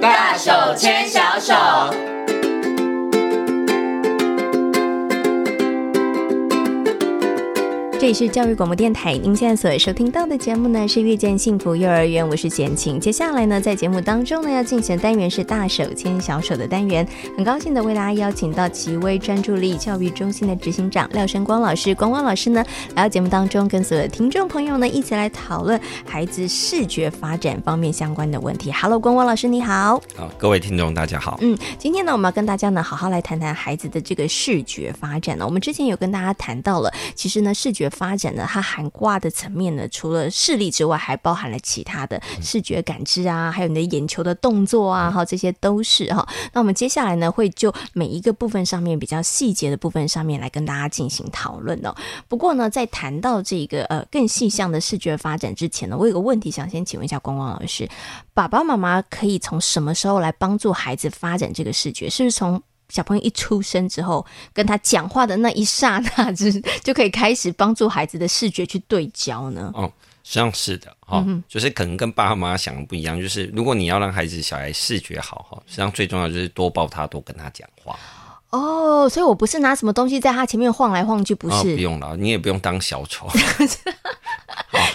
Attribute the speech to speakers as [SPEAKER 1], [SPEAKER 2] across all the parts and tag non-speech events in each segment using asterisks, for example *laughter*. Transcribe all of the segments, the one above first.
[SPEAKER 1] 大手牵小手。
[SPEAKER 2] 这里是教育广播电台，您现在所收听到的节目呢是《遇见幸福幼儿园》，我是贤琴。接下来呢，在节目当中呢，要进行的单元是“大手牵小手”的单元。很高兴的为大家邀请到奇威专注力教育中心的执行长廖生光老师，光光老师呢来到节目当中，跟所有的听众朋友呢一起来讨论孩子视觉发展方面相关的问题。Hello，光光老师你好。
[SPEAKER 3] 好，啊各位听众大家好。
[SPEAKER 2] 嗯，今天呢，我们要跟大家呢好好来谈谈孩子的这个视觉发展呢。我们之前有跟大家谈到了，其实呢，视觉发展呢，它涵盖的层面呢，除了视力之外，还包含了其他的视觉感知啊，还有你的眼球的动作啊，哈，这些都是哈。那我们接下来呢，会就每一个部分上面比较细节的部分上面来跟大家进行讨论哦。不过呢，在谈到这个呃更细项的视觉发展之前呢，我有个问题想先请问一下光光老师，爸爸妈妈可以从什么时候来帮助孩子发展这个视觉？是不是从小朋友一出生之后，跟他讲话的那一刹那之就可以开始帮助孩子的视觉去对焦呢？
[SPEAKER 3] 哦，实际上是的，哈、
[SPEAKER 2] 嗯
[SPEAKER 3] 就是可能跟爸妈想的不一样，就是如果你要让孩子小孩视觉好，哈，实际上最重要就是多抱他，多跟他讲话。
[SPEAKER 2] 哦，所以我不是拿什么东西在他前面晃来晃去，啊不
[SPEAKER 3] 哦、不
[SPEAKER 2] 是，
[SPEAKER 3] 用了，你也不用当小丑。 *laughs*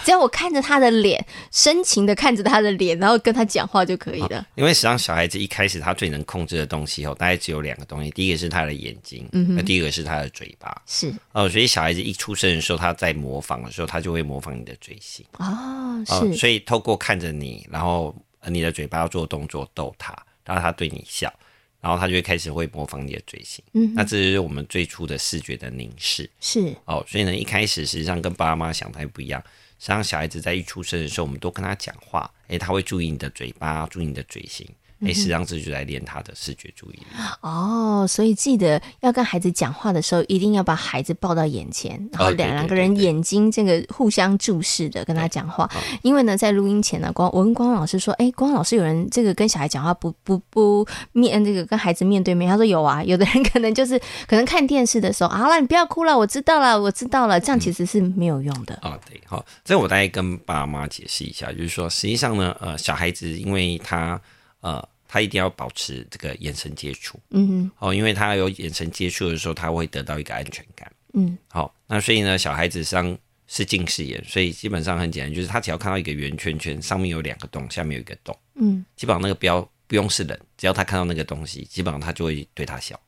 [SPEAKER 2] 只要我看着他的脸，深情的看着他的脸，然后跟他讲话就可以了。
[SPEAKER 3] 因为实际上小孩子一开始他最能控制的东西哦，大概只有两个东西，第一个是他的眼睛，
[SPEAKER 2] 嗯
[SPEAKER 3] 那第二个是他的嘴巴。
[SPEAKER 2] 是
[SPEAKER 3] 哦，所以小孩子一出生的时候，他在模仿的时候，他就会模仿你的嘴型。
[SPEAKER 2] 哦，
[SPEAKER 3] 哦
[SPEAKER 2] 是
[SPEAKER 3] 所以透过看着你，然后呃你的嘴巴要做动作逗他，让他对你笑，然后他就会开始会模仿你的嘴型。
[SPEAKER 2] 嗯哼
[SPEAKER 3] 那这就是我们最初的视觉的凝视。
[SPEAKER 2] 是，
[SPEAKER 3] 哦，所以呢，一开始实际上跟爸妈想的还不一样。实际上，小孩子在一出生的时候，我们多跟他讲话，诶，他会注意你的嘴巴，注意你的嘴型，
[SPEAKER 2] 嗯
[SPEAKER 3] 诶，实际上这就在练他的视觉注意力。
[SPEAKER 2] 哦，所以记得要跟孩子讲话的时候，一定要把孩子抱到眼前，然后
[SPEAKER 3] 对
[SPEAKER 2] 两
[SPEAKER 3] 对
[SPEAKER 2] 两个
[SPEAKER 3] 对
[SPEAKER 2] 人
[SPEAKER 3] 对
[SPEAKER 2] 眼睛这个互相注视的跟他讲话。
[SPEAKER 3] 嗯
[SPEAKER 2] 因为呢，在录音前呢，光我跟光老师说，哎，光老师有人这个跟小孩讲话不不不面这个跟孩子面对面，他说有啊， *laughs* 有的人可能就是可能看电视的时候，好、啊、了，你不要哭了，我知道了，我知道了，这样其实是没有用的。
[SPEAKER 3] 啊、对，好、这我大概跟爸妈解释一下，就是说，实际上呢，呃，小孩子因为他呃，他一定要保持这个眼神接触，
[SPEAKER 2] 嗯
[SPEAKER 3] 哦，因为他有眼神接触的时候，他会得到一个安全感。
[SPEAKER 2] 哼嗯，
[SPEAKER 3] 好、那所以呢，小孩子实际上是近视眼，所以基本上很简单，就是他只要看到一个圆圈圈，上面有两个洞，下面有一个洞，
[SPEAKER 2] 嗯，
[SPEAKER 3] 基本上那个标不用是人，只要他看到那个东西，基本上他就会对他笑。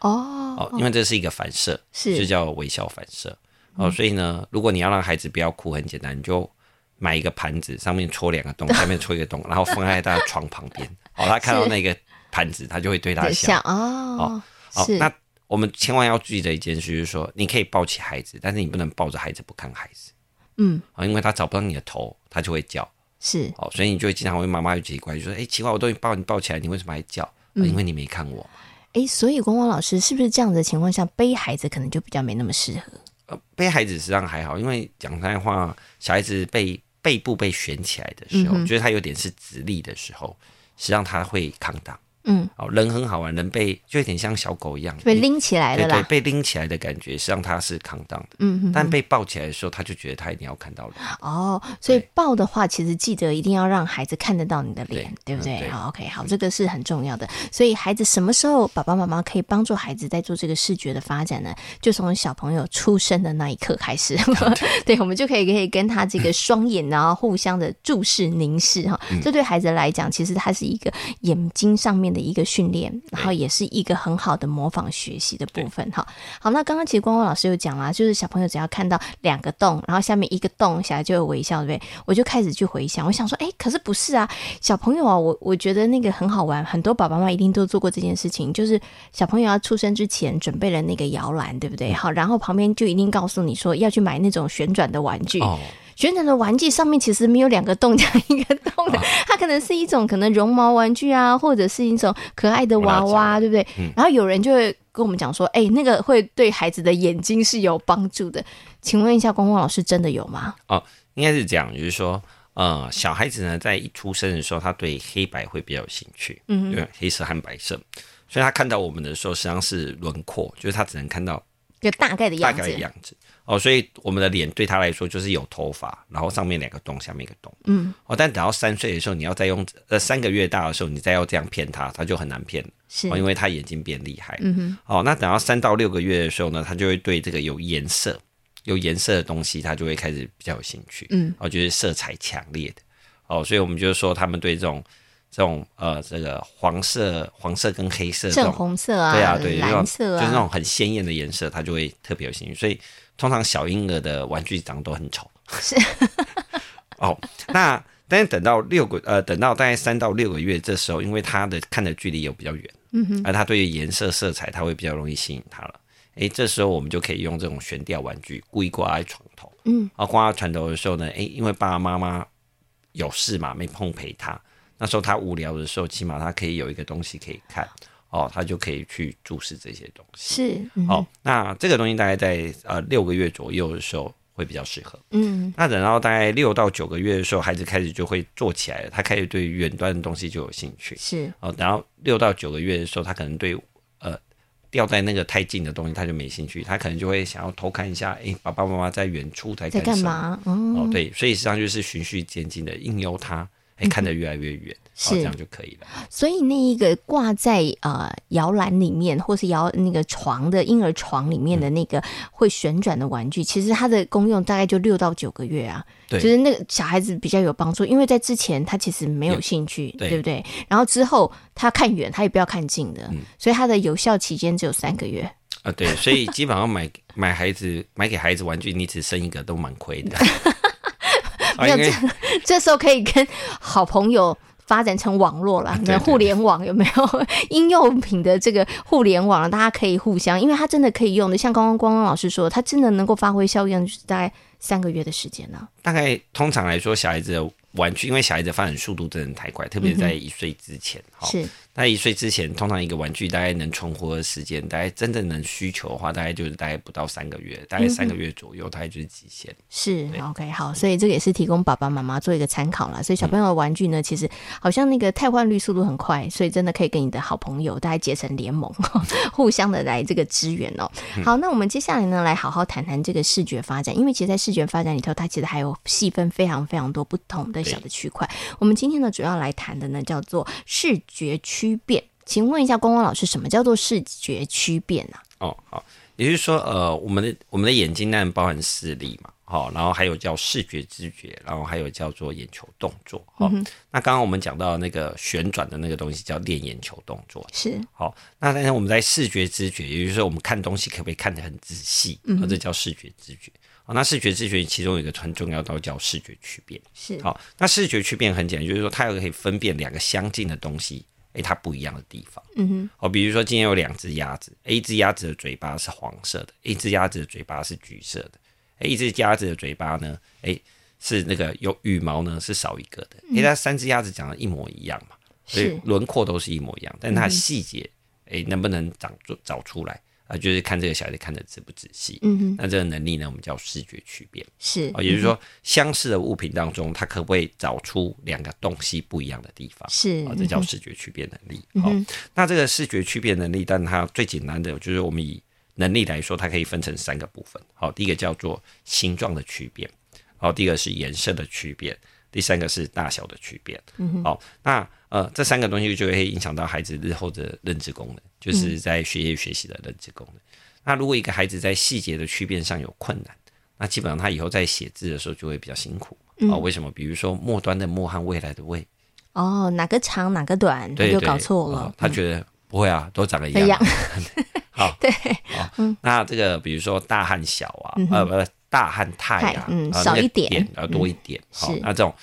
[SPEAKER 2] 哦，
[SPEAKER 3] 哦，因为这是一个反射，
[SPEAKER 2] 是
[SPEAKER 3] 就叫微笑反射。哦，所以呢，如果你要让孩子不要哭，很简单，你就买一个盘子，上面戳两个 *laughs* 洞，下面戳一个洞，然后放在他的床旁 *laughs* 边。哦，他看到那个盘子，他就会对他
[SPEAKER 2] 对
[SPEAKER 3] 笑
[SPEAKER 2] 像。哦，
[SPEAKER 3] 哦
[SPEAKER 2] 是，，
[SPEAKER 3] 那我们千万要注意的一件事就是说，你可以抱起孩子，但是你不能抱着孩子不看孩子
[SPEAKER 2] 嗯，
[SPEAKER 3] 啊、哦因为他找不到你的头，他就会叫。
[SPEAKER 2] 是，
[SPEAKER 3] 哦，所以你就会经常会妈妈会奇怪，就说：“哎，奇怪，我都已经抱你抱起来，你为什么还叫？呃因为你没看我。
[SPEAKER 2] 哎，所以光光老师是不是这样子的情况下，背孩子可能就比较没那么适合？
[SPEAKER 3] 呃，背孩子实际上还好，因为讲实在话，小孩子背背部被悬起来的时
[SPEAKER 2] 嗯
[SPEAKER 3] 候，就是他有点是直立的时候，实际上他会抗挡。
[SPEAKER 2] 嗯，
[SPEAKER 3] 哦，人很好玩，人被就有点像小狗一样
[SPEAKER 2] 被拎起来
[SPEAKER 3] 对
[SPEAKER 2] 了
[SPEAKER 3] 对，
[SPEAKER 2] 啦。
[SPEAKER 3] 被拎起来的感觉，实际上他是抗挡的。
[SPEAKER 2] 嗯哼，
[SPEAKER 3] 但被抱起来的时候，他就觉得他一定要看到人。
[SPEAKER 2] 哦，所以
[SPEAKER 3] 对
[SPEAKER 2] 抱的话，其实记得一定要让孩子看得到你的脸，对
[SPEAKER 3] 对
[SPEAKER 2] 不对？
[SPEAKER 3] 嗯对
[SPEAKER 2] 好，OK，好，这个是很重要的。所以孩子什么时候爸爸妈妈可以帮助孩子在做这个视觉的发展呢？就从小朋友出生的那一刻开始， *laughs* 对，我们就可以可以跟他这个双眼，然后 *laughs* 互相的注视凝视哈。
[SPEAKER 3] 嗯
[SPEAKER 2] 这对孩子来讲，其实它是一个眼睛上面的一个训练，然后也是一个很好的模仿学习的部分哈。好，那刚刚其实光光老师有讲啦，就是小朋友只要看到两个洞，然后下面一个洞，小孩就会微笑，对不对？我就开始去回想，我想说，哎，可是不是啊，小朋友啊，我我觉得那个很好玩，很多爸爸妈妈一定都做过这件事情，就是小朋友要出生之前准备了那个摇篮，对不对？好，然后旁边就一定告诉你说要去买那种旋转的玩具，
[SPEAKER 3] 哦，
[SPEAKER 2] 旋转的玩具上面其实没有两个洞加一个洞
[SPEAKER 3] 啊
[SPEAKER 2] 的，它可能是一种可能绒毛玩具啊，或者是一种可爱的娃
[SPEAKER 3] 我了
[SPEAKER 2] 娃，对不对？
[SPEAKER 3] 嗯
[SPEAKER 2] 然后有人就会跟我们讲说，哎、那个会对孩子的眼睛是有帮助的。请问一下，光光老师真的有吗？
[SPEAKER 3] 应该是这样，就是说，呃，小孩子呢，在一出生的时候，他对黑白会比较有兴趣，嗯，因为黑色和白色，所以他看到我们的时候，实际上是轮廓，就是他只能看到
[SPEAKER 2] 一个大概的
[SPEAKER 3] 大
[SPEAKER 2] 样
[SPEAKER 3] 概
[SPEAKER 2] 子
[SPEAKER 3] 的，样子。哦，所以我们的脸对他来说就是有头发，然后上面两个洞，下面一个洞。
[SPEAKER 2] 嗯，
[SPEAKER 3] 哦，但等到三岁的时候，你要再用呃三个月大的时候，你再要这样骗他，他就很难骗了。
[SPEAKER 2] 是
[SPEAKER 3] 哦，因为他眼睛变厉害。
[SPEAKER 2] 嗯哼，
[SPEAKER 3] 哦，那等到三到六个月的时候呢，他就会对这个有颜色、有颜色的东西，他就会开始比较有兴趣。
[SPEAKER 2] 嗯，
[SPEAKER 3] 哦，就是色彩强烈的。哦，所以我们就是说，他们对这种这种呃这个黄色、黄色跟黑色这
[SPEAKER 2] 正
[SPEAKER 3] 种
[SPEAKER 2] 红色啊，
[SPEAKER 3] 对啊，对，那种
[SPEAKER 2] 蓝色
[SPEAKER 3] 就是那
[SPEAKER 2] 啊，
[SPEAKER 3] 种很鲜艳的颜色，它就会特别有兴趣。所以通常小婴儿的玩具长得都很丑。
[SPEAKER 2] 是
[SPEAKER 3] *laughs* 哦，那但是等到六个呃，等到大概三到六个月这时候，因为他的看的距离有比较远，嗯哼，而他对于颜色色彩，他会比较容易吸引他了。诶，这时候我们就可以用这种悬吊玩具，故意挂在床头。
[SPEAKER 2] 嗯，
[SPEAKER 3] 啊，挂在床头的时候呢，诶，因为爸爸妈妈有事嘛，没空陪他。那时候他无聊的时候，起码他可以有一个东西可以看，哦，他就可以去注视这些东西。
[SPEAKER 2] 是，嗯
[SPEAKER 3] 哦，那这个东西大概在呃六个月左右的时候会比较适合。
[SPEAKER 2] 嗯，
[SPEAKER 3] 那等到大概六到九个月的时候，孩子开始就会坐起来了，他开始对远端的东西就有兴趣。
[SPEAKER 2] 是
[SPEAKER 3] 哦，然后六到九个月的时候，他可能对呃吊在那个太近的东西他就没兴趣，他可能就会想要偷看一下，诶，爸爸妈妈在远处在
[SPEAKER 2] 在
[SPEAKER 3] 干
[SPEAKER 2] 干
[SPEAKER 3] 什么？
[SPEAKER 2] 嘛？哦，
[SPEAKER 3] 哦，对，所以实际上就是循序渐进的应用它，哎、看得越来越远，
[SPEAKER 2] 嗯是
[SPEAKER 3] 哦，这样就可以了。
[SPEAKER 2] 所以那一个挂在呃摇篮里面，或是摇那个床的婴儿床里面的那个会旋转的玩具，其实它的功用大概就六到九个月啊，
[SPEAKER 3] 对
[SPEAKER 2] 就是那个小孩子比较有帮助，因为在之前他其实没有兴趣，
[SPEAKER 3] 对
[SPEAKER 2] 对不对？然后之后他看远，他也不要看近
[SPEAKER 3] 嗯
[SPEAKER 2] 的，所以它的有效期间只有三个月。*laughs*
[SPEAKER 3] 啊，对，所以基本上买买孩子买给孩子玩具，你只生一个都蛮亏
[SPEAKER 2] *laughs*
[SPEAKER 3] 的。啊，
[SPEAKER 2] 没有
[SPEAKER 3] 因为
[SPEAKER 2] 这时候可以跟好朋友发展成网络啦，有没有
[SPEAKER 3] 啊对对
[SPEAKER 2] 互联网有没有 *laughs* 应用品的这个互联网，大家可以互相，因为它真的可以用的，像刚刚光光老师说，它真的能够发挥效用，就是大概三个月的时间呢。
[SPEAKER 3] 大概通常来说，小孩子的玩具，因为小孩子发展速度真的太快，特别是在一岁之前，哈、
[SPEAKER 2] 嗯是
[SPEAKER 3] 那一岁之前，通常一个玩具大概能存活的时间，大概真正能需求的话，大概就是大概不到三个月，大概
[SPEAKER 2] 嗯
[SPEAKER 3] 三个月左右，大概就是极限。
[SPEAKER 2] 是，OK，好，所以这个也是提供爸爸妈妈做一个参考啦。所以小朋友的玩具呢，其实好像那个汰换率速度很快，所以真的可以跟你的好朋友大家结成联盟， *laughs* 互相的来这个支援哦。
[SPEAKER 3] 嗯
[SPEAKER 2] 好，那我们接下来呢，来好好谈谈这个视觉发展，因为其实，在视觉发展里头，它其实还有细分非常非常多不同的小的区块。我们今天呢，主要来谈的呢，叫做视觉区变。请问一下，光光老师，什么叫做视觉区变啊呢、
[SPEAKER 3] 哦，好，也就是说，呃，我们的我们的眼睛当然包含视力嘛，好、然后还有叫视觉知觉，然后还有叫做眼球动作，好、那刚刚我们讲到那个旋转的那个东西叫练眼球动作，
[SPEAKER 2] 是
[SPEAKER 3] 好、那但是我们在视觉知觉，也就是说我们看东西可不可以看得很仔细，哦、这叫视觉知觉。好、那视觉知觉其中有一个很重要的叫视觉区别。
[SPEAKER 2] 是，
[SPEAKER 3] 好、那视觉区别很简单，就是说它有可以分辨两个相近的东西，诶，它不一样的地方。
[SPEAKER 2] 嗯哼，
[SPEAKER 3] 哦，比如说今天有两只鸭子，A 一只鸭子的嘴巴是黄色的，一只鸭子的嘴巴是橘色的，诶一只鸭子的嘴巴呢，诶是那个有羽毛呢是少一个的，因为它三只鸭子长得一模一样嘛，所
[SPEAKER 2] 嗯
[SPEAKER 3] 以
[SPEAKER 2] 是嗯
[SPEAKER 3] 轮廓都是一模一样，但它的细节诶能不能长出找出来啊、就是看这个小孩子看的仔不仔细。
[SPEAKER 2] 嗯哼，
[SPEAKER 3] 那这个能力呢，我们叫视觉区别
[SPEAKER 2] 是
[SPEAKER 3] 啊、哦，也就是说，相似的物品当中，它可不可以找出两个东西不一样的地方？
[SPEAKER 2] 是
[SPEAKER 3] 啊、这叫视觉区别能力。好、那这个视觉区别能力，但它最简单的就是我们以能力来说，它可以分成三个部分。好、第一个叫做形状的区别，好、第二个是颜色的区别，第三个是大小的区别。好、那呃，这三个东西就会影响到孩子日后的认知功能，就是在学业学习的认知功能。那如果一个孩子在细节的区别上有困难，那基本上他以后在写字的时候就会比较辛苦啊、为什么？比如说末端的末和未来的未，
[SPEAKER 2] 哦，哪个长哪个短，他
[SPEAKER 3] 对
[SPEAKER 2] 就
[SPEAKER 3] 对，
[SPEAKER 2] 搞错
[SPEAKER 3] 哦
[SPEAKER 2] 了。嗯
[SPEAKER 3] 他觉得不会啊，都长得一
[SPEAKER 2] 一
[SPEAKER 3] 样
[SPEAKER 2] 样嗯
[SPEAKER 3] 啊。好，
[SPEAKER 2] 对， *laughs*
[SPEAKER 3] 哦，那这个比如说大和小啊，呃，不是大和太
[SPEAKER 2] 嗯太
[SPEAKER 3] 啊，
[SPEAKER 2] 嗯
[SPEAKER 3] 啊
[SPEAKER 2] 少
[SPEAKER 3] 那个
[SPEAKER 2] 一点嗯
[SPEAKER 3] 点，要多一点。好
[SPEAKER 2] 是，
[SPEAKER 3] 那这种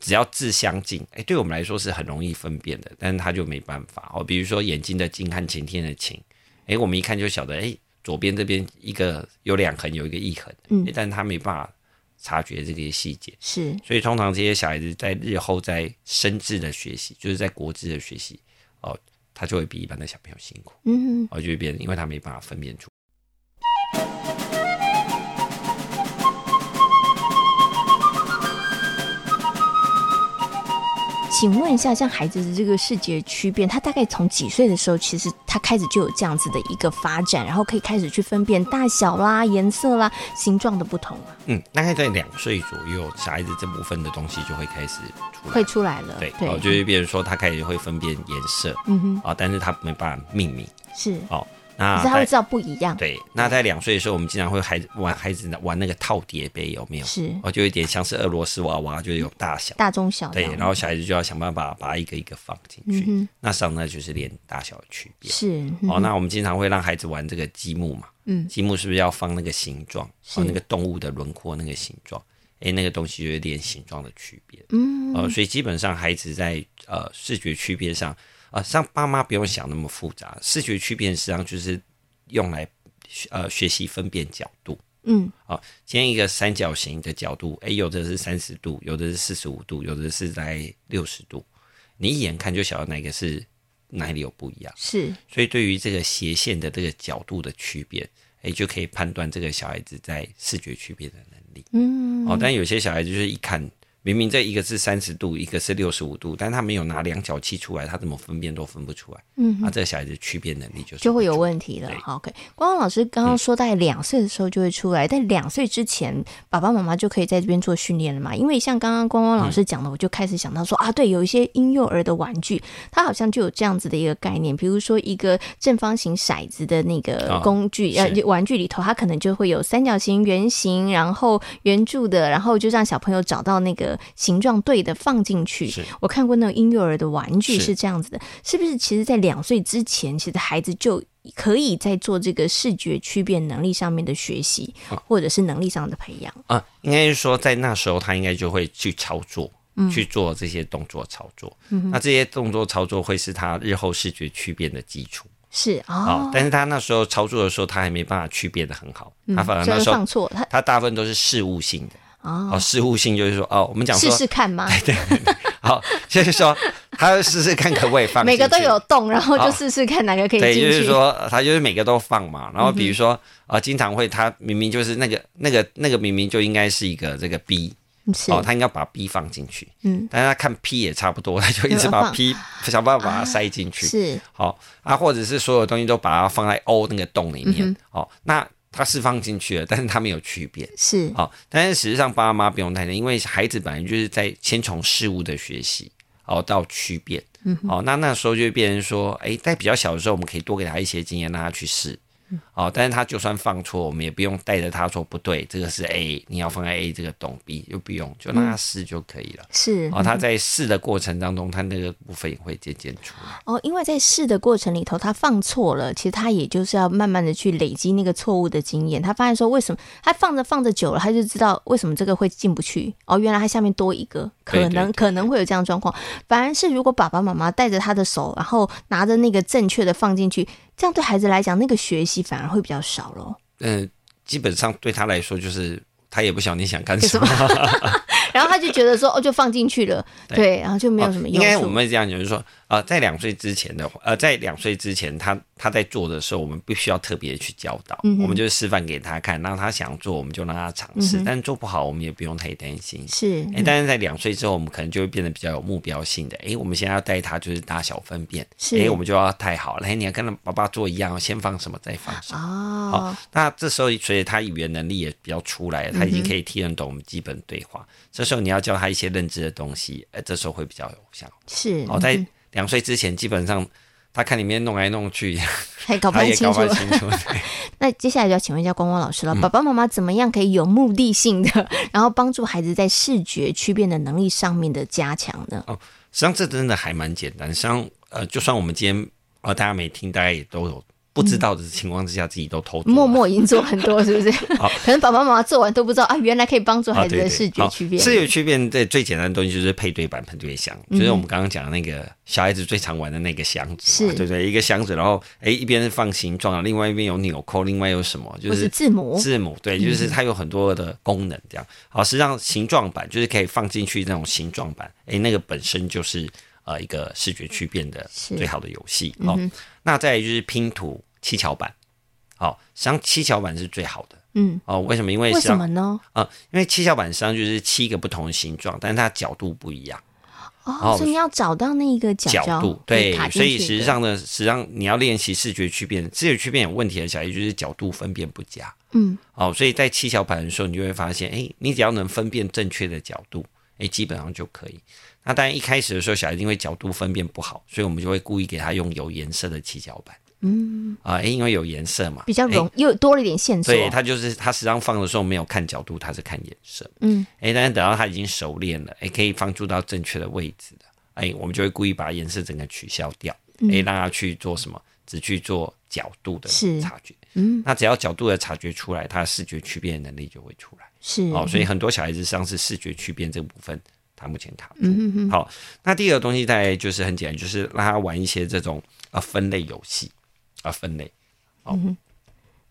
[SPEAKER 3] 只要字相近，哎，对我们来说是很容易分辨的，但是他就没办法哦。比如说眼睛的睛和晴天的晴，哎，我们一看就晓得，哎，左边这边一个有两横，有一个一横，哎
[SPEAKER 2] 嗯
[SPEAKER 3] 诶但是他没办法察觉这个细节。
[SPEAKER 2] 是
[SPEAKER 3] 所以通常这些小孩子在日后在生智的学习，就是在国智的学习，哦，他就会比一般的小朋友辛苦，
[SPEAKER 2] 嗯，
[SPEAKER 3] 哦，就会变，因为他没办法分辨出。
[SPEAKER 2] 请问一下，像孩子的这个视觉区变，他大概从几岁的时候，其实他开始就有这样子的一个发展，然后可以开始去分辨大小啦、颜色啦、形状的不同啊，
[SPEAKER 3] 嗯，大概在两岁左右，小孩子这部分的东西就会开始出来。
[SPEAKER 2] 会出来了。
[SPEAKER 3] 对，
[SPEAKER 2] 对，
[SPEAKER 3] 哦，就是比如说他开始会分辨颜色，
[SPEAKER 2] 嗯哼，
[SPEAKER 3] 哦，但是他没办法命名，
[SPEAKER 2] 是，
[SPEAKER 3] 哦，
[SPEAKER 2] 可
[SPEAKER 3] 那
[SPEAKER 2] 是他会
[SPEAKER 3] 在
[SPEAKER 2] 知道不一样，
[SPEAKER 3] 对，那在两岁的时候，我们经常会孩子玩孩子玩那个套叠杯，有没有？
[SPEAKER 2] 是
[SPEAKER 3] 哦，就有点像是俄罗斯娃娃，就是有大小，
[SPEAKER 2] 大中小
[SPEAKER 3] 对
[SPEAKER 2] 这，样嗯
[SPEAKER 3] 然后小孩子就要想办法把它一个一个放进去，那实际上呢就是连大小的区别。
[SPEAKER 2] 是，
[SPEAKER 3] 哦，那我们经常会让孩子玩这个积木嘛，
[SPEAKER 2] 嗯，
[SPEAKER 3] 积木是不是要放那个形状？
[SPEAKER 2] 是
[SPEAKER 3] 哦，那个动物的轮廓那个形状，诶，那个东西有一点形状的区别，
[SPEAKER 2] 嗯，
[SPEAKER 3] 呃，所以基本上孩子在呃视觉区别上，呃，像爸妈不用想那么复杂，视觉区别实际上就是用来呃学习分辨角度。
[SPEAKER 2] 嗯，
[SPEAKER 3] 啊、今天一个三角形的角度，诶，有的是三十度，有的是四十五度，有的是在六十度，你一眼看就晓得哪个是哪里有不一样。
[SPEAKER 2] 是，
[SPEAKER 3] 所以对于这个斜线的这个角度的区别，哎，就可以判断这个小孩子在视觉区别的能力。
[SPEAKER 2] 嗯，
[SPEAKER 3] 哦，但有些小孩子就是一看，明明这一个是三十度，一个是六十五度，但他没有拿量角器出来，他怎么分辨都分不出来。
[SPEAKER 2] 嗯，
[SPEAKER 3] 啊，这个小孩子区别能力就是
[SPEAKER 2] 就会有
[SPEAKER 3] 题。
[SPEAKER 2] 问题了
[SPEAKER 3] 对。嗯
[SPEAKER 2] 好，OK。光光老师刚刚说，在两岁的时候就会出来，在两岁之前，爸爸妈妈就可以在这边做训练了嘛？因为像刚刚光光
[SPEAKER 3] 嗯
[SPEAKER 2] 老师讲的，我就开始想到说啊，对，有一些婴幼儿的玩具，它好像就有这样子的一个概念，比如说一个正方形骰子的那个
[SPEAKER 3] 啊
[SPEAKER 2] 工具、
[SPEAKER 3] 是
[SPEAKER 2] 呃玩具里头，它可能就会有三角形、圆形，然后圆柱的，然后就让小朋友找到那个形状对的放进去。
[SPEAKER 3] 是
[SPEAKER 2] 我看过那种婴幼儿的玩具
[SPEAKER 3] 是
[SPEAKER 2] 是这样子的，是不是？其实，在两岁之前，其实孩子就可以在做这个视觉区辨能力上面的学习，
[SPEAKER 3] 哦
[SPEAKER 2] 或者是能力上的培养。
[SPEAKER 3] 啊、应该是说在那时候他应该就会去操作。
[SPEAKER 2] 嗯
[SPEAKER 3] 去做这些动作操作，那这些动作操作会是他日后视觉区别的基础。
[SPEAKER 2] 是
[SPEAKER 3] 哦
[SPEAKER 2] 哦，，
[SPEAKER 3] 但是他那时候操作的时候，他还没办法区别的很好，他反而
[SPEAKER 2] 所
[SPEAKER 3] 那
[SPEAKER 2] 以
[SPEAKER 3] 时
[SPEAKER 2] 嗯
[SPEAKER 3] 候
[SPEAKER 2] 放错他
[SPEAKER 3] 他大部分都是事物性的
[SPEAKER 2] 哦，
[SPEAKER 3] 哦，事物性就是说哦，我们讲
[SPEAKER 2] 试
[SPEAKER 3] 说
[SPEAKER 2] 试看嘛，
[SPEAKER 3] *laughs* 好， *laughs* 就是说他试试看可不可以放，
[SPEAKER 2] 每个都有。动，然后就
[SPEAKER 3] 好
[SPEAKER 2] 试试看哪个可以
[SPEAKER 3] 对，
[SPEAKER 2] 进
[SPEAKER 3] 就是
[SPEAKER 2] 去。嗯
[SPEAKER 3] 说，他就是每个都放嘛。然后比如说，啊，经常会他明明就是那个那个那个明明就应该是一个这个 B
[SPEAKER 2] 嗯是
[SPEAKER 3] 哦，他应该把 B 放进去。
[SPEAKER 2] 嗯，
[SPEAKER 3] 但是他看 P 也差不多，他 *laughs* 就一直
[SPEAKER 2] 有
[SPEAKER 3] 把
[SPEAKER 2] 放
[SPEAKER 3] P 想办法把它塞进去。
[SPEAKER 2] 是
[SPEAKER 3] 好啊，或者是所有东西都把它放在 O 那个洞里
[SPEAKER 2] 嗯
[SPEAKER 3] 面，哦，那它是放进去了，但是它没有区别，
[SPEAKER 2] 是
[SPEAKER 3] 好、但是实际上爸妈不用担心，因为孩子本来就是在先从事物的学习，哦，到区别，嗯，哦，那那时候就会变成说，哎，在比较小的时候，我们可以多给他一些经验，让他去试。哦，但是他就算放错，我们也不用带着他说不对，这个是 A，你要放在 A 这个洞 B 就不用，就让他试就可以了。
[SPEAKER 2] 是
[SPEAKER 3] 哦，他在试的过程当中，他那个部分也会渐渐出来。
[SPEAKER 2] 哦，因为在试的过程里头，他放错了，其实他也就是要慢慢的去累积那个错误的经验。他发现说，为什么他放着放着久了，他就知道为什么这个会进不去。哦，原来他下面多一个，可
[SPEAKER 3] 对
[SPEAKER 2] 能
[SPEAKER 3] 对对
[SPEAKER 2] 可能会有这样的状况。反而是如果爸爸妈妈带着他的手，然后拿着那个正确的放进去，这样对孩子来讲，那个学习反而会比较少咯。
[SPEAKER 3] 嗯，基本上对他来说就是他也不晓得你想干什么，
[SPEAKER 2] 然后他就觉得说，哦，就放进去了，
[SPEAKER 3] 对
[SPEAKER 2] 对，然后就没有什么
[SPEAKER 3] 哦
[SPEAKER 2] 用
[SPEAKER 3] 应
[SPEAKER 2] 处。
[SPEAKER 3] 该我们这样讲就是说，呃，在两岁之前的话，呃，在两岁之前他他在做的时候，我们不需要特别去教导，
[SPEAKER 2] 嗯
[SPEAKER 3] 我们就示范给他看，让他想做，我们就让他尝
[SPEAKER 2] 嗯
[SPEAKER 3] 试，但做不好我们也不用太担心。
[SPEAKER 2] 是
[SPEAKER 3] 哎、但是在两岁之后，我们可能就会变得比较有目标性的。哎、我们现在要带他就是大小分辨，
[SPEAKER 2] 是
[SPEAKER 3] 哎、我们就要太好了。哎、你要跟爸爸做一样哦，先放什么再放什么。
[SPEAKER 2] 哦
[SPEAKER 3] 好，那这时候随着他语言能力也比较出来了，他已经可以听得懂我们基本对话。这时候你要教他一些认知的东西，呃，这时候会比较有效。
[SPEAKER 2] 是，
[SPEAKER 3] 哦，在两岁之前，基本上他看里面弄来弄去，
[SPEAKER 2] 还 *laughs* 搞不
[SPEAKER 3] 他
[SPEAKER 2] 太
[SPEAKER 3] 也
[SPEAKER 2] 清
[SPEAKER 3] 搞
[SPEAKER 2] 楚
[SPEAKER 3] 不。太清楚。 *laughs* 对
[SPEAKER 2] 那接下来就要请问一下光光老师
[SPEAKER 3] 嗯
[SPEAKER 2] 了，爸爸妈妈怎么样可以有目的性的， *laughs* 然后帮助孩子在视觉区辨的能力上面的加强呢？
[SPEAKER 3] 实际上这真的还蛮简单。实际上，呃，就算我们今天呃大家没听，大家也都有不知道的情况之下，自己都偷做
[SPEAKER 2] 嗯
[SPEAKER 3] 了
[SPEAKER 2] 默默已经做很多，
[SPEAKER 3] *laughs*
[SPEAKER 2] 是不是？可能爸爸妈妈做完都不知道啊，原来可以帮助
[SPEAKER 3] 啊，
[SPEAKER 2] 孩子
[SPEAKER 3] 对
[SPEAKER 2] 的
[SPEAKER 3] 对，
[SPEAKER 2] 视觉
[SPEAKER 3] 好
[SPEAKER 2] 区辨。
[SPEAKER 3] 视觉区别最最简单的东西就是配对板、配对箱，就是
[SPEAKER 2] 嗯
[SPEAKER 3] 我们刚刚讲的那个小孩子最常玩的那个箱子嘛，
[SPEAKER 2] 是
[SPEAKER 3] 对不对？一个箱子，然后哎，一边是放形状，啊另外一边有纽扣，另外有什么？就
[SPEAKER 2] 或
[SPEAKER 3] 是
[SPEAKER 2] 是字母嗯
[SPEAKER 3] 字母，对，就是它有很多的功能，这样。好，实际上形状板就是可以放进去那种形状板，哎，那个本身就是呃一个视觉区变的
[SPEAKER 2] 是嗯
[SPEAKER 3] 最好的游戏哦。那再来就是拼图七巧板，好、实际上七巧板是最好的
[SPEAKER 2] 嗯，
[SPEAKER 3] 哦。为什么？因为实
[SPEAKER 2] 为
[SPEAKER 3] 际上
[SPEAKER 2] 什么呢？
[SPEAKER 3] 啊、因为七巧板实际上就是七个不同的形状，但是它角度不一样。
[SPEAKER 2] 哦，所以你要找到那一个角
[SPEAKER 3] 角
[SPEAKER 2] 角
[SPEAKER 3] 度，
[SPEAKER 2] 可以
[SPEAKER 3] 对
[SPEAKER 2] 卡，进
[SPEAKER 3] 所以
[SPEAKER 2] 去
[SPEAKER 3] 实际
[SPEAKER 2] 的
[SPEAKER 3] 上呢，实际上你要练习视觉区辨，视觉区辨有问题的小孩就是角度分辨不佳
[SPEAKER 2] 嗯
[SPEAKER 3] 哦，所以在七小盘的时候，你就会发现，哎，你只要能分辨正确的角度，哎，基本上就可以。那当然一开始的时候，小孩因为角度分辨不好，所以我们就会故意给他用有颜色的七角板
[SPEAKER 2] 嗯，
[SPEAKER 3] 啊，哎，因为有颜色嘛，哎
[SPEAKER 2] 比较
[SPEAKER 3] 诶
[SPEAKER 2] 容又多了一点线索，
[SPEAKER 3] 对他就是他实际上放的时候没有看角度，他是看颜色。
[SPEAKER 2] 嗯，
[SPEAKER 3] 哎，但是等到他已经熟练了，哎，可以放住到正确的位置了，哎，我们就会故意把颜色整个取消掉，
[SPEAKER 2] 嗯
[SPEAKER 3] 哎，让他去做什么？只去做角度的
[SPEAKER 2] 是
[SPEAKER 3] 察觉。
[SPEAKER 2] 嗯，
[SPEAKER 3] 那只要角度的察觉出来，他的视觉区辨能力就会出来。
[SPEAKER 2] 是
[SPEAKER 3] 哦，所以很多小孩子实际上是视觉区辨这部分，他目前卡不住。
[SPEAKER 2] 嗯嗯嗯，
[SPEAKER 3] 好，那第二个东西大概就是很简单，就是让他玩一些这种啊分类游戏啊分类。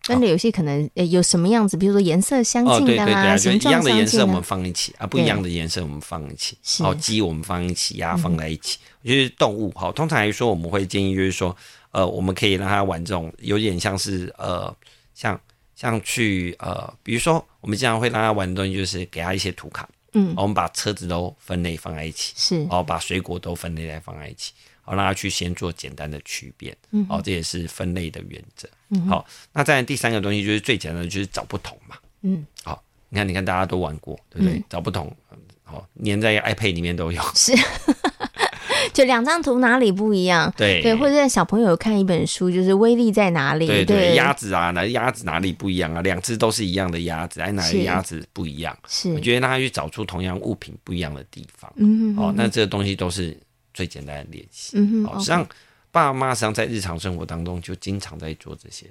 [SPEAKER 2] 分类游戏可能呃有什么样子，比如说颜色相
[SPEAKER 3] 哦，
[SPEAKER 2] 近
[SPEAKER 3] 对
[SPEAKER 2] 的
[SPEAKER 3] 对对
[SPEAKER 2] 啦，
[SPEAKER 3] 啊，就
[SPEAKER 2] 形
[SPEAKER 3] 一
[SPEAKER 2] 状
[SPEAKER 3] 样的
[SPEAKER 2] 相
[SPEAKER 3] 颜色
[SPEAKER 2] 近
[SPEAKER 3] 我
[SPEAKER 2] 的
[SPEAKER 3] 们放一起啊，不一样的颜色我们放一起。
[SPEAKER 2] 是嗯
[SPEAKER 3] 好，鸡我们放一起，鸭放在一起，就是动物。好，通常来说我们会建议就是说，呃，我们可以让他玩这种有点像是呃，像像去呃，比如说我们经常会让他玩的东西就是给他一些图卡，
[SPEAKER 2] 嗯
[SPEAKER 3] 好，我们把车子都分类放在一起，
[SPEAKER 2] 是
[SPEAKER 3] 哦，把水果都分类来放在一起，好，让他去先做简单的区别，
[SPEAKER 2] 嗯
[SPEAKER 3] 哦，这也是分类的原则。好，那再来第三个东西就是最简单的，就是找不同嘛。
[SPEAKER 2] 嗯，
[SPEAKER 3] 好，你看，你看，大家都玩过，对不对？找不同，好，粘在 iPad 里面都有。
[SPEAKER 2] 就两张图哪里不一样？
[SPEAKER 3] 对
[SPEAKER 2] 对，或者在小朋友看一本书，就是威力在哪里？
[SPEAKER 3] 对
[SPEAKER 2] 对，
[SPEAKER 3] 鸭子啊，哪鸭子哪里不一样啊？两只都是一样的鸭子，哎，哪
[SPEAKER 2] 是
[SPEAKER 3] 里鸭子不一样？
[SPEAKER 2] 是
[SPEAKER 3] 我觉得让他去找出同样物品不一样的地方。
[SPEAKER 2] 嗯
[SPEAKER 3] 哦，那这个东西都是最简单的练习。
[SPEAKER 2] 嗯
[SPEAKER 3] 哦，
[SPEAKER 2] 哼
[SPEAKER 3] 实际
[SPEAKER 2] ，OK，
[SPEAKER 3] 上爸妈实际上在日常生活当中就经常在做这些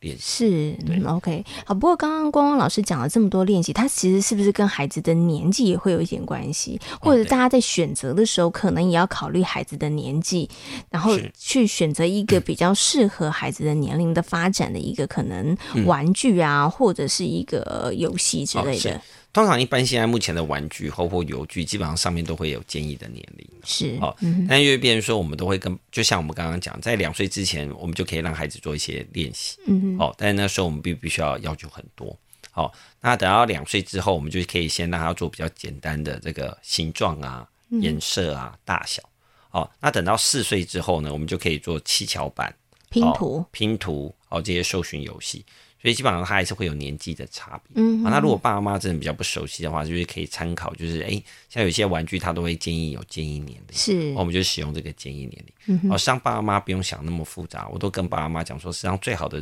[SPEAKER 3] 练习。
[SPEAKER 2] 是嗯 OK 好。不过刚刚光光老师讲了这么多练习，它其实是不是跟孩子的年纪也会有一点关系？或者
[SPEAKER 3] 哦对
[SPEAKER 2] 大家在选择的时候，可能也要考虑孩子的年纪，然后
[SPEAKER 3] 是
[SPEAKER 2] 去选择一个比较适合孩子的年龄的发展的一个可能玩具啊，或者是一个游戏之
[SPEAKER 3] 嗯哦
[SPEAKER 2] 类
[SPEAKER 3] 是
[SPEAKER 2] 的。
[SPEAKER 3] 通常一般现在目前的玩具或或游具，基本上上面都会有建议的年龄。
[SPEAKER 2] 是
[SPEAKER 3] 哦，但因为变成说，我们都会跟，就像我们刚刚讲，在两岁之前，我们就可以让孩子做一些练习。嗯哦，但是那时候我们必必须要要求很多。好、那等到两岁之后，我们就可以先让他做比较简单的这个形状啊、
[SPEAKER 2] 嗯
[SPEAKER 3] 颜色啊、大小。哦，那等到四岁之后呢，我们就可以做七巧板、
[SPEAKER 2] 拼
[SPEAKER 3] 哦
[SPEAKER 2] 图。
[SPEAKER 3] 拼图哦这些搜寻游戏，所以基本上它还是会有年纪的差别。
[SPEAKER 2] 嗯
[SPEAKER 3] 啊，那如果爸妈真的比较不熟悉的话，就是可以参考，就是诶，像有些玩具它都会建议有建议年龄。
[SPEAKER 2] 是
[SPEAKER 3] 哦我们就使用这个建议年
[SPEAKER 2] 嗯
[SPEAKER 3] 龄。哦，实际上爸妈不用想那么复杂，我都跟爸妈讲说，实际上最好的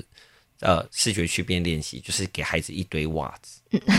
[SPEAKER 3] 呃视觉区辨练习就是给孩子一堆袜子
[SPEAKER 2] *laughs*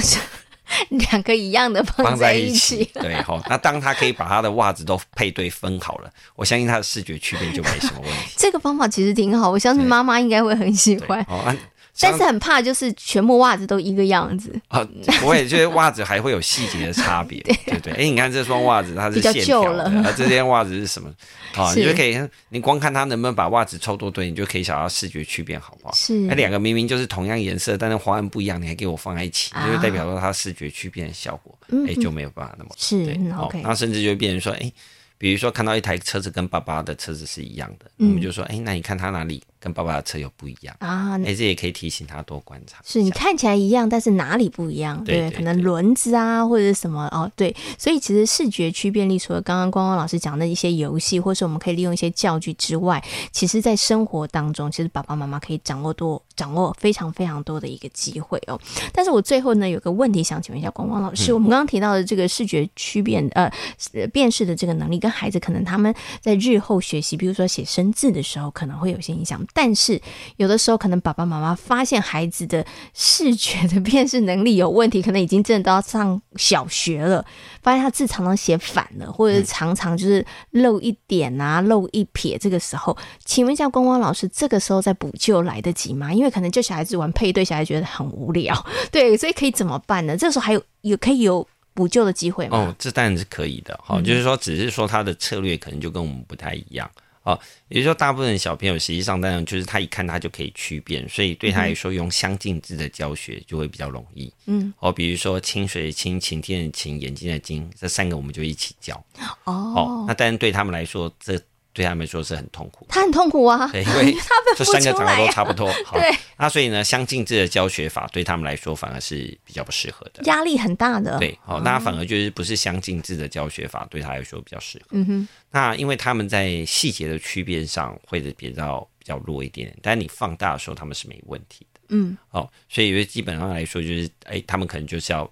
[SPEAKER 2] 两个一样的放
[SPEAKER 3] 放
[SPEAKER 2] 在
[SPEAKER 3] 在
[SPEAKER 2] 一
[SPEAKER 3] 一起
[SPEAKER 2] 起，，
[SPEAKER 3] 对好、那当他可以把他的袜子都配对分好了，我相信他的视觉区辨就没什么问题。
[SPEAKER 2] 这个方法其实挺好，我相信妈妈应该会很 *laughs* 喜
[SPEAKER 3] 对，
[SPEAKER 2] 欢。
[SPEAKER 3] 哦，啊、
[SPEAKER 2] 但是很怕就是全部袜子都一个样子，
[SPEAKER 3] 啊，我也觉得袜子还会有细节的差
[SPEAKER 2] *laughs*
[SPEAKER 3] 别，对不对？哎，你看这双袜子它
[SPEAKER 2] 啊比
[SPEAKER 3] 是
[SPEAKER 2] 较
[SPEAKER 3] 线条
[SPEAKER 2] 旧了
[SPEAKER 3] 的，啊，这件袜子
[SPEAKER 2] *laughs*
[SPEAKER 3] 是什么？啊，
[SPEAKER 2] 是
[SPEAKER 3] 你就可以，你光看它能不能把袜子凑多对，你就可以想到视觉区别好不好？
[SPEAKER 2] 是
[SPEAKER 3] 那两个明明就是同样颜色，但是花纹不一样，你还给我放在一起，
[SPEAKER 2] 啊嗯
[SPEAKER 3] 就是代表说它视觉区别的效果，哎，就没有办法那么
[SPEAKER 2] 是
[SPEAKER 3] 对
[SPEAKER 2] 嗯。
[SPEAKER 3] 哦
[SPEAKER 2] OK
[SPEAKER 3] 那甚至就会变成说，哎，比如说看到一台车子跟爸爸的车子是一样的，
[SPEAKER 2] 嗯
[SPEAKER 3] 我们就说，哎，那你看它哪里跟爸爸的车有不一样？
[SPEAKER 2] 啊。
[SPEAKER 3] 哎，这也可以提醒他多观察一下。
[SPEAKER 2] 是你看起来一样，但是哪里不一样？
[SPEAKER 3] 对
[SPEAKER 2] 不
[SPEAKER 3] 对
[SPEAKER 2] 可能轮子啊，或者是什么哦，对。所以其实视觉区便利，除了刚刚光光老师讲的一些游戏，或是我们可以利用一些教具之外，其实在生活当中，其实爸爸妈妈可以掌握多掌握非常非常多的一个机会哦。但是我最后呢，有个问题想请问一下光光老师，
[SPEAKER 3] 嗯
[SPEAKER 2] 我们刚刚提到的这个视觉区辨呃呃辨识的这个能力，跟孩子可能他们在日后学习，比如说写生字的时候，可能会有些影响。但是有的时候，可能爸爸妈妈发现孩子的视觉的辨识能力有问题，可能已经真的到上小学了，发现他字常常写反了，或
[SPEAKER 3] 嗯
[SPEAKER 2] 者是常常就是漏一点啊、漏一撇。这个时候，请问一下光光老师，这个时候再补救来得及吗？因为可能就小孩子玩配对，小孩觉得很无聊， *laughs* 对，所以可以怎么办呢？这时候还有有可以有补救的机会吗？
[SPEAKER 3] 哦，这当然是可以的，
[SPEAKER 2] 嗯
[SPEAKER 3] 好、就是说，只是说他的策略可能就跟我们不太一样。哦，也就是说，大部分的小朋友实际上当然就是他一看他就可以区辨，所以对他来说，用相近字的教学就会比较容易。
[SPEAKER 2] 嗯，
[SPEAKER 3] 哦，比如说清水的清、晴天的晴、眼睛的睛，这三个我们就一起教。
[SPEAKER 2] 哦
[SPEAKER 3] 哦，那当然对他们来说，这对他们说是很痛苦。
[SPEAKER 2] *laughs* 他很痛苦啊，
[SPEAKER 3] 对，因为
[SPEAKER 2] 他分
[SPEAKER 3] 这
[SPEAKER 2] 不
[SPEAKER 3] 三个
[SPEAKER 2] 出
[SPEAKER 3] 长得
[SPEAKER 2] 来
[SPEAKER 3] 都
[SPEAKER 2] 啊，
[SPEAKER 3] 差不多，好
[SPEAKER 2] 对，
[SPEAKER 3] 那所以呢，相近制的教学法对他们来说反而是比较不适合的。
[SPEAKER 2] 压力很大的。，嗯
[SPEAKER 3] 对，哦，那反而就是不是相近制的教学法对他来说比较适合。
[SPEAKER 2] 嗯哼，
[SPEAKER 3] 那因为他们在细节的区别上会比较比较弱一点，但你放大的时候他们是没问题的。
[SPEAKER 2] 嗯，
[SPEAKER 3] 哦，所以因为基本上来说就是，哎、他们可能就是要。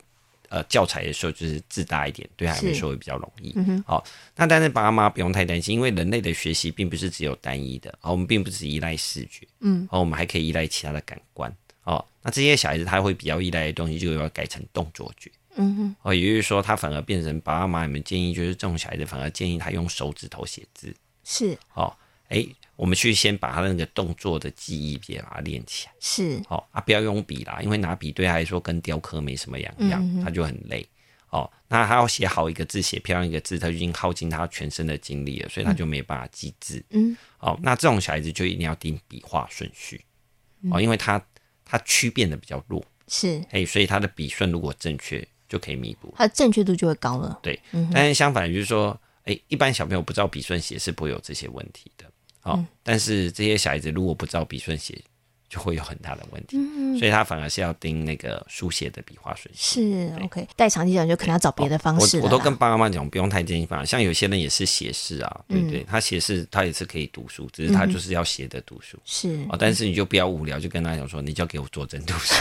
[SPEAKER 3] 呃，教材的时候就是字大一点，对他们来
[SPEAKER 2] 是嗯
[SPEAKER 3] 说会比较容易。好、那但是爸妈不用太担心，因为人类的学习并不是只有单一的，哦，我们并不只依赖视觉，
[SPEAKER 2] 嗯，
[SPEAKER 3] 哦，我们还可以依赖其他的感官，哦，那这些小孩子他会比较依赖的东西，就要改成动作觉，
[SPEAKER 2] 嗯哼，
[SPEAKER 3] 哦，也就是说，他反而变成爸爸妈妈们建议，就是这种小孩子反而建议他用手指头写字。
[SPEAKER 2] 是
[SPEAKER 3] 哦，哎，我们去先把他那个动作的记忆也把它练起来。
[SPEAKER 2] 是，
[SPEAKER 3] 哦啊，不要用笔啦，因为拿笔对他来说跟雕刻没什么两样，
[SPEAKER 2] 嗯
[SPEAKER 3] 他就很累。哦，那他要写好一个字，写漂亮一个字，他就已经耗尽他全身的精力了，所以他就没办法记字。
[SPEAKER 2] 嗯，
[SPEAKER 3] 哦，那这种小孩子就一定要定笔画顺序。
[SPEAKER 2] 嗯
[SPEAKER 3] 哦，因为他他区变得比较弱，
[SPEAKER 2] 是，
[SPEAKER 3] 哎，所以他的笔顺如果正确，就可以弥补
[SPEAKER 2] 它的正确度就会高了。
[SPEAKER 3] 对，但是相反就是说，哎、一般小朋友不知道笔顺写是不会有这些问题的。好、
[SPEAKER 2] 嗯
[SPEAKER 3] 但是这些小孩子如果不知道笔顺写，就会有很大的问题。
[SPEAKER 2] 嗯
[SPEAKER 3] 所以他反而是要盯那个书写的笔画顺序。
[SPEAKER 2] 是 OK，带长期讲就可能要找别的方
[SPEAKER 3] 我
[SPEAKER 2] 式了
[SPEAKER 3] 我
[SPEAKER 2] 啦。
[SPEAKER 3] 都跟爸爸妈妈讲，不用太担心吧。像有些人也是写诗啊，
[SPEAKER 2] 嗯
[SPEAKER 3] 对不对？他写诗，他也是可以读书，只是他就是要写的读书。
[SPEAKER 2] 是
[SPEAKER 3] 哦，但是你就不要无聊，就跟他讲说，你就要给我做真读
[SPEAKER 2] *laughs*
[SPEAKER 3] 书。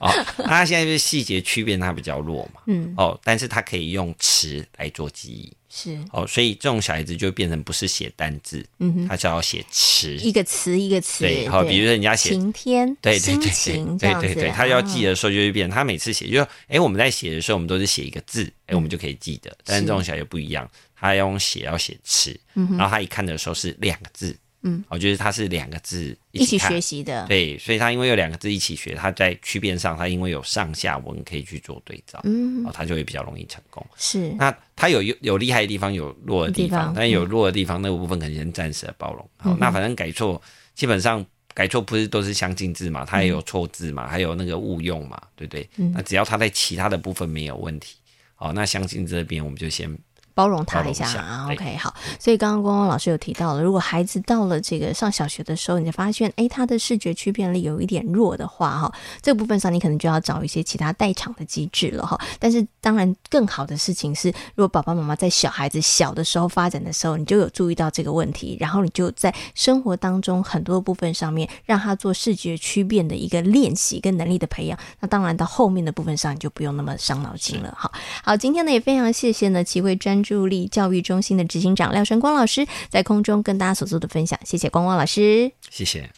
[SPEAKER 3] 哦，那他现在就是细节区别，他比较弱嘛。嗯。哦，但是他可以用词来做记忆。
[SPEAKER 2] 是，
[SPEAKER 3] 哦，所以这种小孩子就变成不是写单字，
[SPEAKER 2] 嗯哼，
[SPEAKER 3] 他就要写词。
[SPEAKER 2] 一个词一个词。
[SPEAKER 3] 对，好，比如说人家写，
[SPEAKER 2] 晴天，
[SPEAKER 3] 对对
[SPEAKER 2] 心
[SPEAKER 3] 对
[SPEAKER 2] 情
[SPEAKER 3] 对
[SPEAKER 2] 这样
[SPEAKER 3] 对
[SPEAKER 2] 子，
[SPEAKER 3] 对对，他要记
[SPEAKER 2] 哦。
[SPEAKER 3] 的时候就会变，他每次写就，哎，我们在写的时候，我们都是写一个字，哎，
[SPEAKER 2] 嗯
[SPEAKER 3] 我们就可以记得，但是这种小孩不一样，他要用写要写词，
[SPEAKER 2] 嗯
[SPEAKER 3] 然后他一看的时候是两个字，嗯，我觉得他是两个字
[SPEAKER 2] 一
[SPEAKER 3] 起
[SPEAKER 2] 起
[SPEAKER 3] 看
[SPEAKER 2] 学。习的，
[SPEAKER 3] 对，所以他因为有两个字一起学，他在区别上，他因为有上下文可以去做对照，嗯，哦，他就会比较容易成功。
[SPEAKER 2] 是
[SPEAKER 3] 那它有有有厉害的地方，有弱的地
[SPEAKER 2] 地
[SPEAKER 3] 方
[SPEAKER 2] 方，
[SPEAKER 3] 但有弱的地方那个部分可能先暂时的包容。好，那反正改错基本上改错不是都是相近字嘛，它也有错字嘛，还有那个误用嘛，对不对？那只要它在其他的部分没有问题，好，那相近字这边我们就先
[SPEAKER 2] 包容他
[SPEAKER 3] 包容
[SPEAKER 2] 一下
[SPEAKER 3] 一下
[SPEAKER 2] 啊。
[SPEAKER 3] 对
[SPEAKER 2] OK，好。所以刚刚光光老师有提到了，如果孩子到了这个上小学的时候，你就发现，哎，他的视觉区辨力有一点弱的话，哈，这个部分上你可能就要找一些其他代偿的机制了，哈。但是当然，更好的事情是，如果爸爸妈妈在小孩子小的时候发展的时候，你就有注意到这个问题，然后你就在生活当中很多部分上面让他做视觉区辨的一个练习跟能力的培养。那当然，到后面的部分上你就不用那么伤脑筋了，哈。好，今天呢也非常谢谢呢奇慧专注力教育中心的执行长廖晨光老师在空中跟大家所做的分享，谢谢光光老师。
[SPEAKER 3] 谢谢。